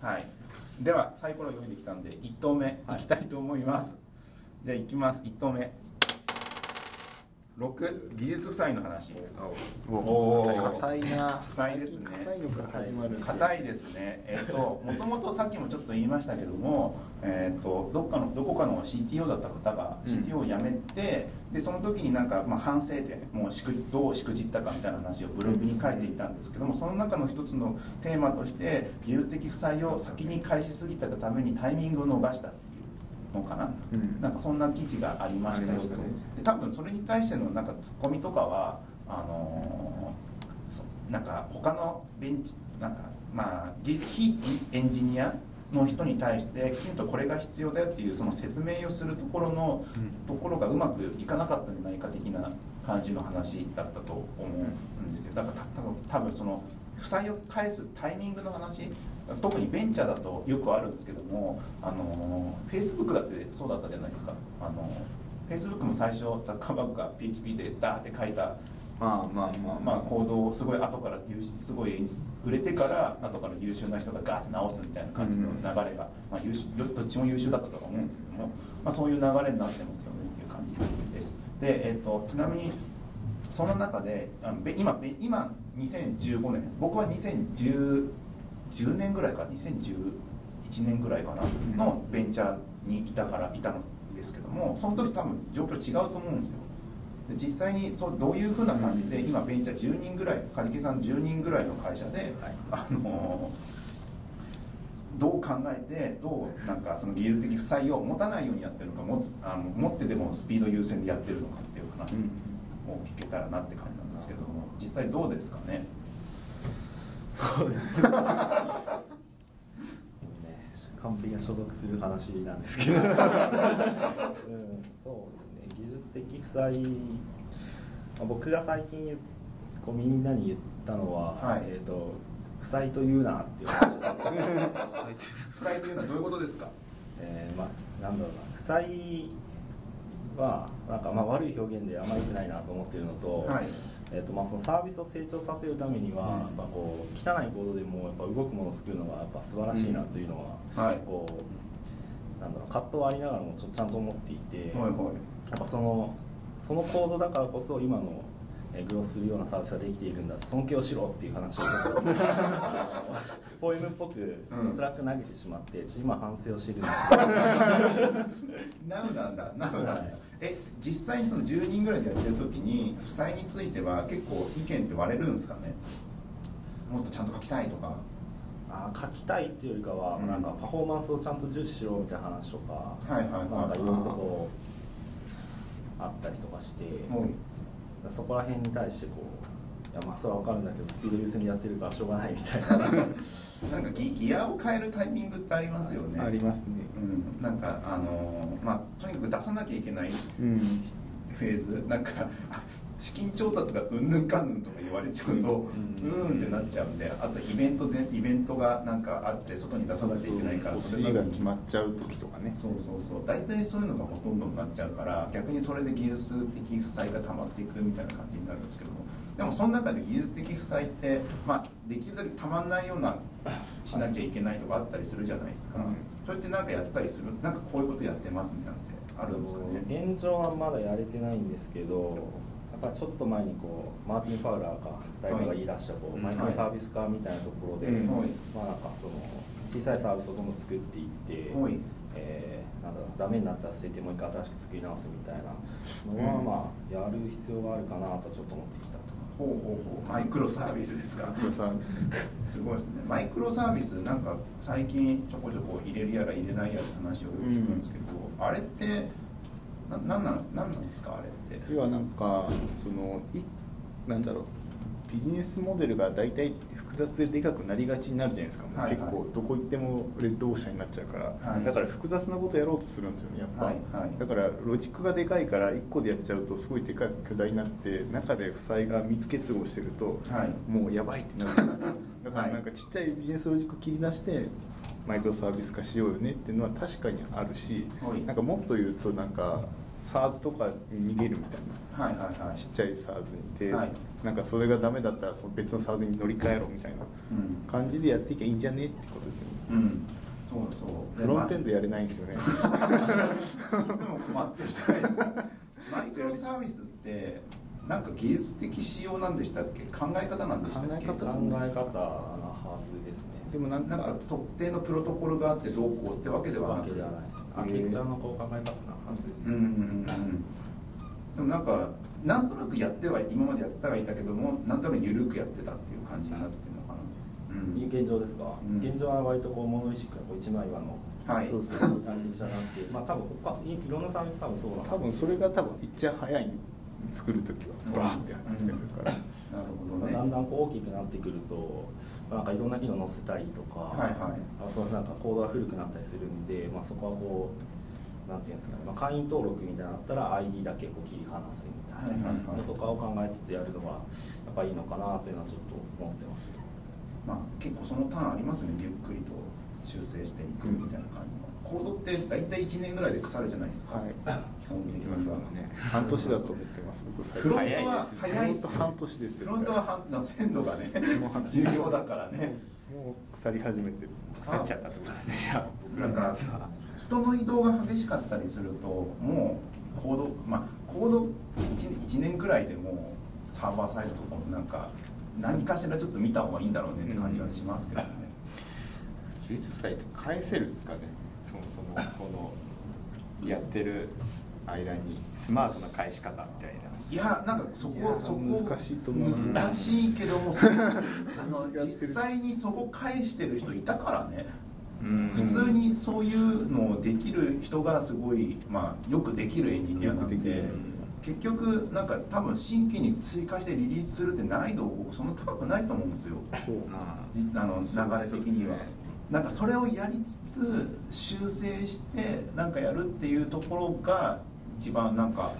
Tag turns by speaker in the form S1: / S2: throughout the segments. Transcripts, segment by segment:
S1: はいではサイコロ用意できたんで1投目いきたいと思います、じゃあいきます1投目6技術負債の話おおー
S2: 硬いな
S1: 負いですね
S2: 硬いのから始まるんですよ
S1: 硬いですねえっ、ともともとさっきもちょっと言いましたけどもえっ、とどっかのどこかの CTO だった方が CTO を辞めて、でその時になんか、まあ、反省点もうしくどうしくじったかみたいな話をブログに書いていたんですけどもその中の一つのテーマとして技術的負債を先に返しすぎたがためにタイミングを逃したっていうのかな、
S2: うん
S1: なんかそんな記事がありましたよ
S2: ありま
S1: と
S2: したね
S1: で多分それに対してのなんかツッコミとかはあのーそなんか他のベンチなんかまあぎ非エンジニアの人に対してきちんとこれが必要だよっていうその説明をするところの、ところがうまくいかなかったんじゃないか的な感じの話だったと思うんですよだからたた多分その負債を返すタイミングの話特にベンチャーだとよくあるんですけどもあのフェイスブックだってそうだったじゃないですかあのフェイスブックも最初ザッカーバーグが PHP でダーって書いた
S2: まあまあまあ
S1: まあ、行動をすごい後から優秀すごい売れてから後から優秀な人がガーッて直すみたいな感じの流れが、まあ、優秀どどっちも優秀だったとは思うんですけども、まあ、そういう流れになってますよねっていう感じです。で、えっとちなみにその中であのべ今べ今2015年僕は2010 10年ぐらいか2011年ぐらいかなのベンチャーにいたからいたんですけどもその時多分状況違うと思うんですよ。で実際にそうどういうふうな感じで今ベンチャー10人ぐらい梶木さん10人ぐらいの会社で、あのーどう考えてどうなんかその技術的負債を持たないようにやってるのか持つあの持ってでもスピード優先でやってるのかっていう話
S2: うん
S1: を聞けたらなって感じなんですけども実際どうですかね
S3: そうですねカンペが所属する話なんですけど、うん、そうですね技術的負債、まあ僕が最近言うこうみんなに言ったのは、
S1: はい
S3: えー、と負債と言うなっていう話
S1: 負債というのはどういうことですか
S3: えーまあ、なんだろうな負債はなんかまあ悪い表現であまり良くないなと思っているのと,、
S1: はい
S3: えー、とまあそのサービスを成長させるためには、
S1: うん
S3: やっぱこう汚い行動でもやっぱ動くものを作るのがやっぱ素晴らしいなというのは、
S1: はい
S3: こうなんだろう葛藤はありながらもちょちゃんと思っていて、
S1: はい
S3: や
S1: は
S3: っぱそのその行動だからこそ今のえーグロスするようなサービスができているんだ尊敬をしろっていう話 をあのポエムっぽくちょっとスラック投げてしまって、ちょっと今反省をしているんですけど
S1: いナウなんだナウなんだ、
S3: はい
S1: え実際にその10人ぐらいでやってる時に負債については結構意見って割れるんですかねもっとちゃんと書きたいとか
S3: あー書きたいっていうよりかは、
S1: うん
S3: なんかパフォーマンスをちゃんと重視しろみたいな話とか、
S1: いはいはい
S3: なんかいろいろこうあったりとかして、
S1: も
S3: そこら辺に対してこういやまあそれは分かるんだけどスピード優先でやってるからしょうがないみたいな
S1: うなんかギギアを変えるタイミングってありますよね
S2: ありますね
S1: うん、なんかあのーまあとにかく出さなきゃいけない
S2: うん
S1: フェーズなんかあ資金調達がうんぬんかんぬんとか言われちゃうとう
S3: うん
S1: ーんってなっちゃうんであとイベント全イベントがなんかあって外に出さなきゃいけないから
S2: そ
S1: そうれ
S2: 欲しい
S1: だ
S2: が
S1: け
S2: 決まっちゃう時とかね
S1: そうそうそう大体そういうのがほとんどになっちゃうから逆にそれで技術的負債が溜まっていくみたいな感じになるんですけどもでもその中で技術的負債って、まあ、できるだけ溜まんないようなしなきゃいけないとかあったりするじゃないですか、
S2: うん
S1: それってなんかやってたりするなんかこういうことやってますみたいなのって あるんですかね
S3: 現状はまだやれてないんですけどやっぱちょっと前にこうマーティン・ファウラーか誰かが言い出したこう、マ
S2: はい
S3: イクロサービス化みたいなところで、
S2: うん
S1: はい
S3: まあなんかその小さいサービスをどんどん作っていって、
S1: はい
S3: えーなんだろうダメになったら捨ててもう一回新しく作り直すみたいなのは、
S2: うん
S3: まあやる必要があるかなとちょっと思ってきたと
S1: ほうほうほうマイクロサービスですか
S2: サービス
S1: すごいですねマイクロサービスなんか最近ちょこちょこ入れるやら入れないやらの話をよく聞くんですけど、あれってななんなんなんなんですかあれって
S2: 要はなんかそのいなんだろうビジネスモデルが大体複雑ででかくなりがちになるじゃないですか、もう
S1: はいはい
S2: 結構どこ行ってもレッドオーシャンになっちゃうから、
S1: はい
S2: だから複雑なことやろうとするんですよねやっぱ、
S1: はいはい
S2: だからロジックがでかいから1個でやっちゃうとすごいでかい巨大になって中で負債が3つ結合してると、
S1: はい
S2: もうやばいってなるんですよだからなん
S1: は
S2: かちっちゃいビジネスロジック切り出してマイクロサービス化しようよねっていうのは確かにあるし、
S1: はい
S2: なんかもっと言うとなんか SARS とかに逃げるみたい
S1: はいはいは
S2: ないちっちゃい SARS にいて、
S1: はい
S2: なんかそれがダメだったらその別の SARS に乗り換えろみたいな
S1: うん
S2: 感じでやっていけばいいんじゃねってことですよね
S1: うんそうそう
S2: フロントエンド
S1: で
S2: やれないんですよね
S1: まあいつも困ってるじゃないですかマイクロサービスってなんか技術的仕様なんでしたっけ考え方なんでしたっけ
S2: 考
S3: 考
S2: え
S3: え
S2: 方
S3: 方なはずですね
S2: でもなん
S1: なんか
S2: か
S1: 特定のプロトコルがあってどうこうってわけではな
S3: わ
S1: く
S3: けではないですねアーキテクチャのこう考え方なはずです、
S1: うんうんうんでもなんかなんとなくやっては今までやってたはいたけどもなんとなく緩くやってたっていう感じになってるのかなうん
S3: 現状ですか、
S1: うん
S3: 現状は割とこうモノリシックなこう一枚岩の
S1: はい
S2: そうそう
S3: ア
S2: そう
S3: ーキテクチャなんてまあ多分他いいろんなサービス多分そうな
S2: 多分それが多分いっちゃん早い作る時は
S1: うん
S2: バーってやってるから、
S1: なるほどね
S3: だんだんこう大きくなってくるとなんかいろんな機能載せたりとか、
S1: はいはい
S3: あそうなんかコードが古くなったりするんで、まあ、そこはこうなんていうんですかね、まあ、会員登録みたいなのあったら ID だけこう切り離すみた
S1: は
S3: い
S1: いは
S3: な
S1: はい
S3: いのとかを考えつつやるのがやっぱいいのかなというのはちょっと思ってます、
S1: まあ結構そのターンありますねゆっくりと修正していくみたいな感じのコードって大体1年ぐらいで腐るじゃないですか
S2: はい
S1: 基本的
S2: でき
S1: に
S2: ますからね半年だと思ってます僕最
S1: フロン
S2: 近
S1: トは早いっす
S2: フロント半年です
S1: フ
S2: よ
S1: ロントは半鮮度がね
S2: もう半年
S1: 重要だからね
S2: もう腐り始めてる
S1: 腐っちゃ
S2: ったってことですねじゃあ
S1: 僕らのやつは人の移動が激しかったりするともう行動まあ行動 1, 1年くらいでもうサーバーサイドとかもなんか何かしらちょっと見た方がいいんだろうねって感じはしますけどね、
S4: 90歳って返せるんですかねそもそもこのやってる間にスマートな返し方みたい
S1: いやなんかそ
S2: いや
S1: こ
S2: ー
S1: そこ
S2: 難しいと思うな
S1: 難しいけども そあの
S2: やってる
S1: 実際にそこ返してる人いたからね
S4: な
S1: 普通にそういうのをできる人がすごい、まあ、よくできるエンジニアなん
S2: よくでき
S1: で
S2: る
S1: 結局なんか多分新規に追加してリリースするって難易度僕そんな高くないと思うんですよ
S2: そう
S1: 実あの流れ的には
S4: そうですね。
S1: なんかそれをやりつつ修正してなんかやるっていうところが一番なんか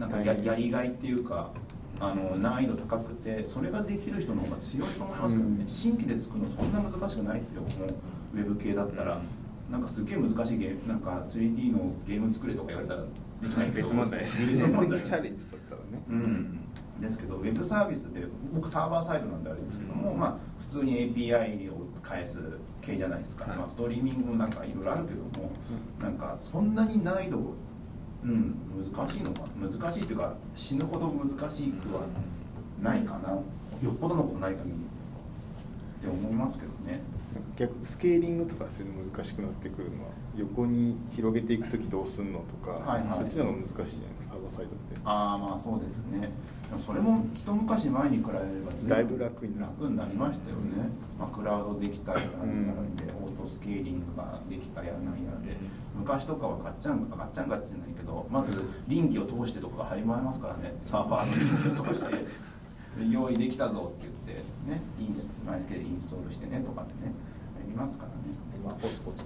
S1: なんかややりがいっていうかあの難易度高くてそれができる人の方が強いと思いますけどね、
S2: うん
S1: 新規で作るのそんな難しくないですよもうウェブ系だったら、なんかすっげえ難しいゲームなんか 3D のゲーム作れとか言われたらできないけど
S4: 別問題で す
S1: 別
S2: 自
S1: 問
S2: 然
S1: 題
S2: 的チャレンジだったらね
S1: うん、ですけどウェブサービスで僕サーバーサイドなんであれですけども、まあ、普通に API を返す系じゃないですか、
S4: はい
S1: まあ、ストリーミングもなんかいろいろあるけども、なんかそんなに難易度、うん、難しいのか難しいっていうか死ぬほど難しくはないかなよっぽどのことない限りって思いますけどね。
S2: 逆スケーリングとかそういうの難しくなってくるのは横に広げていく時どうすんのとか、
S1: はいはい
S2: そっちの方が難しいじゃないですかサーバーサイドっ
S1: ああまあそうですねでもそれも一昔前に比べればず
S2: だいぶ楽になる
S1: 楽になりましたよね、まあ、クラウドできたやら
S2: うん
S1: やらでオートスケーリングができたやなんやらで昔とかはガッチャンガッチャンガッチャンじゃないけどまず臨機を通してとかが始まりますからねサーバーの臨機を通して で用意できたぞって言ってねインスマイスケでインストールしてねとかってねやりますからね
S3: 今ポチポチで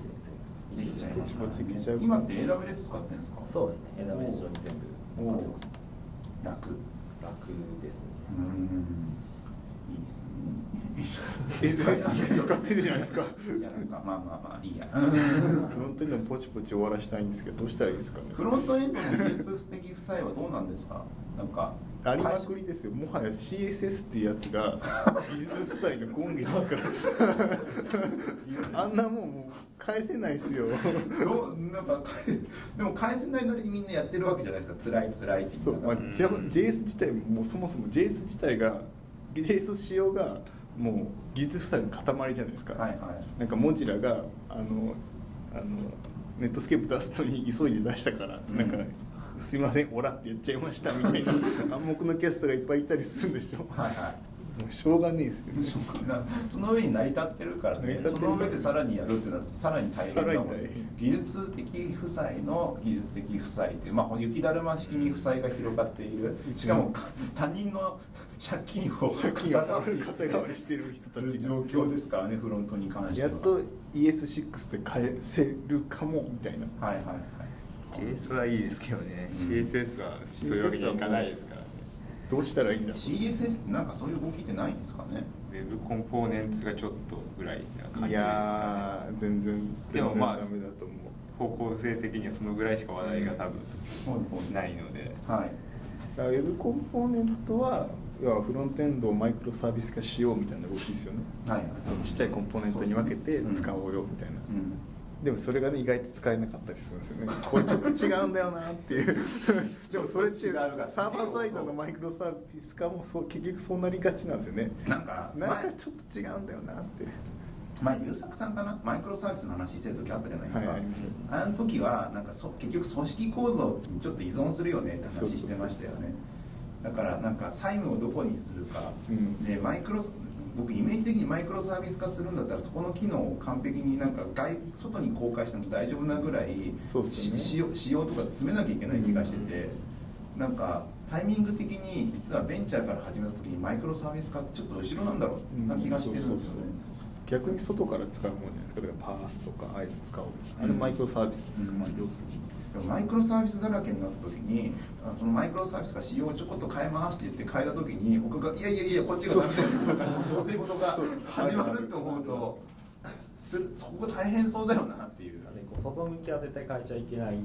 S3: 全
S1: で
S3: 部
S1: きちゃいますからね
S2: こっちこっち行けちゃう
S1: 今って AWS 使ってるんですか
S3: そうですね AWS 上に全部持ってます
S1: 楽
S3: 楽ですね
S1: うんいいです
S2: てえ使ってるじゃないですか
S1: ね。いやなんかまあまあまあいいや。
S2: フロントエンドもポチポチ終わらしたいんですけどどうしたらいいですかね
S1: フロントエンドの技術的負債はどうなんですか。なんか
S2: ありまくりですよもはや CSS っていうやつが技術負債の根源ですからあんなもんもう返せないですよ
S1: どうなんか 返でも返せないのにみんなやってるわけじゃないですか。辛い辛いって
S2: そ
S1: 言
S2: う、
S1: いな
S2: ま
S1: が
S2: あ
S1: ら。、
S2: Java JS 自体もうそもそも JS 自体が JS 仕様がもう技術負債の塊じゃないですか、
S1: はいはい。
S2: なんかモジュラがあのあのネットスケープ出すのに急いで出したから、
S1: うん
S2: なんか「すいませんオラ」ってやっちゃいましたみ たいな暗黙のキャストがいっぱいいたりするんでしょも
S1: はいは
S2: うしょうがねえですよ
S1: い。
S2: ね
S1: そうかなその上に成り立ってるから
S2: 成り
S1: ね
S2: 立っ
S1: そ
S2: てる
S1: の上でさらにやるってなるとさらに大変だもん
S2: さらに大
S1: ね
S2: 変
S1: 技術的負債の技術的負債って、まあ、雪だるま式に負債が広がっているしかもか他人の借金を
S2: 借金を
S1: 肩代わりして
S2: 肩代わりしてる人
S1: と
S2: た
S1: いう
S2: ち
S1: 状
S2: が
S1: 況ですからねフロントに関して
S2: や
S1: は
S2: っと ES6 で返せるかもみたいな
S1: はいはいはい
S4: JS はいいですけどね
S1: うん
S4: CSS はそういうわけにはいかないですからね
S2: どうしたらいいんだろう
S1: CSS ってなんかそういう動きってないんですかね
S4: ウェブコンポーネンツがちょっとぐらいな感じ
S2: い
S4: ですか
S2: やー全然
S4: でもまあ
S2: 全然ダメだと思う
S4: 方向性的にはそのぐらいしか話題が多
S1: ほいほ
S4: 分ないので、
S1: いはい
S2: だからウェブコンポーネントは要はフロントエンドをマイクロサービス化しようみたいな動きですよね
S1: はいはい
S2: そのちっちゃいコンポーネントに分けて
S1: そうですね
S2: 使おうよみたいな、
S1: うん
S2: でもそれがね意外と使えなかったりするんですよねこれちょっと違うんだよなっていう でもそれって
S1: ちょっと違うが
S2: サーバーサイドのマイクロサービス化もそう結局そうなりがちなんですよね
S1: なんか
S2: なんか
S1: 前
S2: ちょっと違うんだよなって
S1: 前優作さんかなマイクロサービスの話してる時あったじゃないですか、
S2: はいありまし
S1: あの時はなんかそ結局組織構造にちょっと依存するよねって話してましたよねだからなんか債務をどこにするか、
S2: うん
S1: でマイクロ僕イメージ的にマイクロサービス化するんだったらそこの機能を完璧になんか外外に公開しても大丈夫なぐらい
S2: そうっすよね
S1: ししようしようとか詰めなきゃいけない気がしてて、なんかタイミング的に実はベンチャーから始めた時にマイクロサービス化ってちょっと後ろなんだろうな気がしてるんですよね、
S2: 逆に外から使うもんじゃないですかだからパースとかああいうの使おう
S1: うん
S2: あれマイクロサービスですか、
S1: うん
S2: まあ要するに
S1: でもマイクロサービスだらけになった時にあそのマイクロサービスが仕様をちょこっと変えますって言って変えた時に他が「いやいやいやこっちがダメだよ」調整事が始まると思うとすするそこ大変そうだよなっていう
S3: なんでこう外向きは絶対変えちゃいけないんで、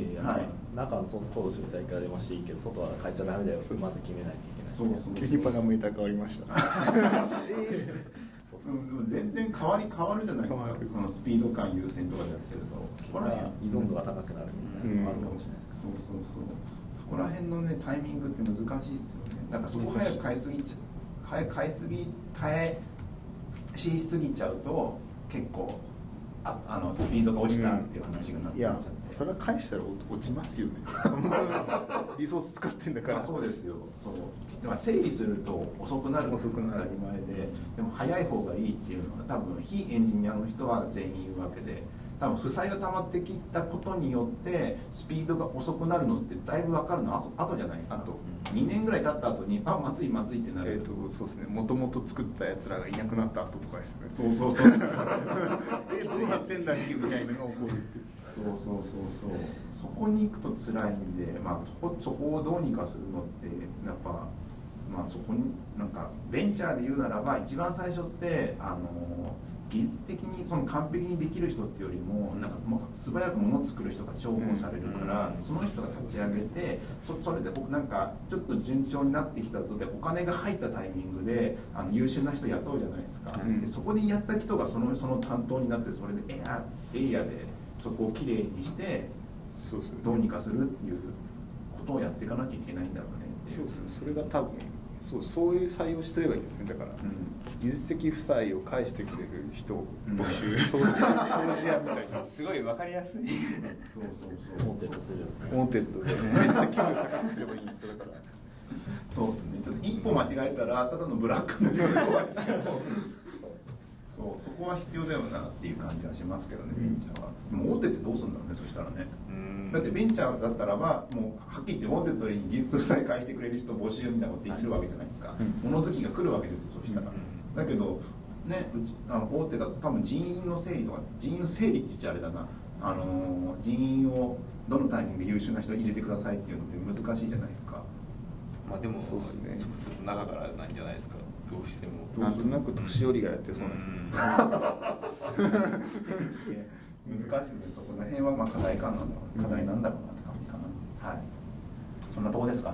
S2: うん
S3: やっぱ
S1: はい
S3: 中のソースコード修正いくらでもしていいけど外は変えちゃダメだよって
S2: そうそう
S3: まず決めないといけないです
S1: そう
S3: ね
S1: そう
S2: キューパがメーター変わりました
S1: う
S3: そうそうん
S1: でも全然変わり変わるじゃないです
S2: 変わ
S1: か
S2: る
S1: そのスピード感優先とかでやってるとそこら辺
S3: 依存度が高くなるみたいなのがあるかもしれないですけど、
S1: そうそうそうそこら辺のねタイミングって難しいですよねなんかそこ早く買いすぎちゃ変え買いすぎ変えしすぎちゃうと結構ああのスピードが落ちたっていう話がなっ
S2: い
S1: ちゃ
S2: や
S1: って、
S2: それは返したら落ちますよね そんなリソース使ってんだか
S1: ま
S2: ら
S1: あそうですよそう、まあ、整理すると遅くなるのが
S2: 遅くなる
S1: 当たり前ででも早い方がいいっていうのは多分非エンジニアの人は全員言うわけで多分負債が溜まってきたことによってスピードが遅くなるのってだいぶ分かるのはあそ後じゃないですか
S2: 後
S1: 2年ぐらい経った後にあまずいまずいってな
S2: え
S1: る
S2: っ、とそうですねもともと作ったやつらがいなくなった後とかですよね
S1: そうそうそうそう
S2: えどうなってんだっけみたいなのが起こるって
S1: そうそうそうそこに行くと辛いんで、まあ、そこそこをどうにかするのってやっぱ、まあ、そこになんかベンチャーで言うならば一番最初ってあの技術的にその完璧にできる人っていうよりもなんかもう素早くものを作る人が重宝されるから、
S4: うん
S1: その人が立ち上げてそそれで僕なんかちょっと順調になってきたぞでお金が入ったタイミングであの優秀な人雇うじゃないですか、
S2: うん
S1: でそこでやった人がそのその担当になってそれでえやえいやでそこをきれいにして
S2: そうですね
S1: どうにかするっていうことをやっていかなきゃいけないんだろうねってい
S2: そう
S1: う。
S2: ですねそれが多分そうそういう採用してればいいですねだから、技術的負債を返してくれる人を募 集、掃除掃除屋みたいな
S4: すごい分かりやすい
S1: そう そう
S3: 思ってるとするんですね
S2: モンテッドでめっちゃ給料高くすればいいんですよだから
S1: そうですねちょっと一歩間違えたらただのブラックになる怖いですけどそうそこは必要だよなっていう感じはしますけどねベンチャーはでも大手ってどうするんだろうねそしたらね
S4: うん
S1: だってベンチャーだったらばもうはっきり言って大手とに技術負債返してくれる人募集みたいなことできるわけじゃないですか、
S2: い
S1: 物好きが来るわけですよそしたら、
S4: うん
S1: だけどねうちあの大手だと多分人員の整理とか人員の整理って言っちゃあれだなあのー人員をどのタイミングで優秀な人入れてくださいっていうのって難しいじゃないですか
S4: まあでも
S2: そうっすね
S4: そうすると中からなんじゃないですかどうしても
S2: なんとなく年寄りがやってそうな
S4: うん
S1: 難しいですねそこら辺はまあ課題感なんだろう課題なんだろうなって感じかな、はいそんなとこですか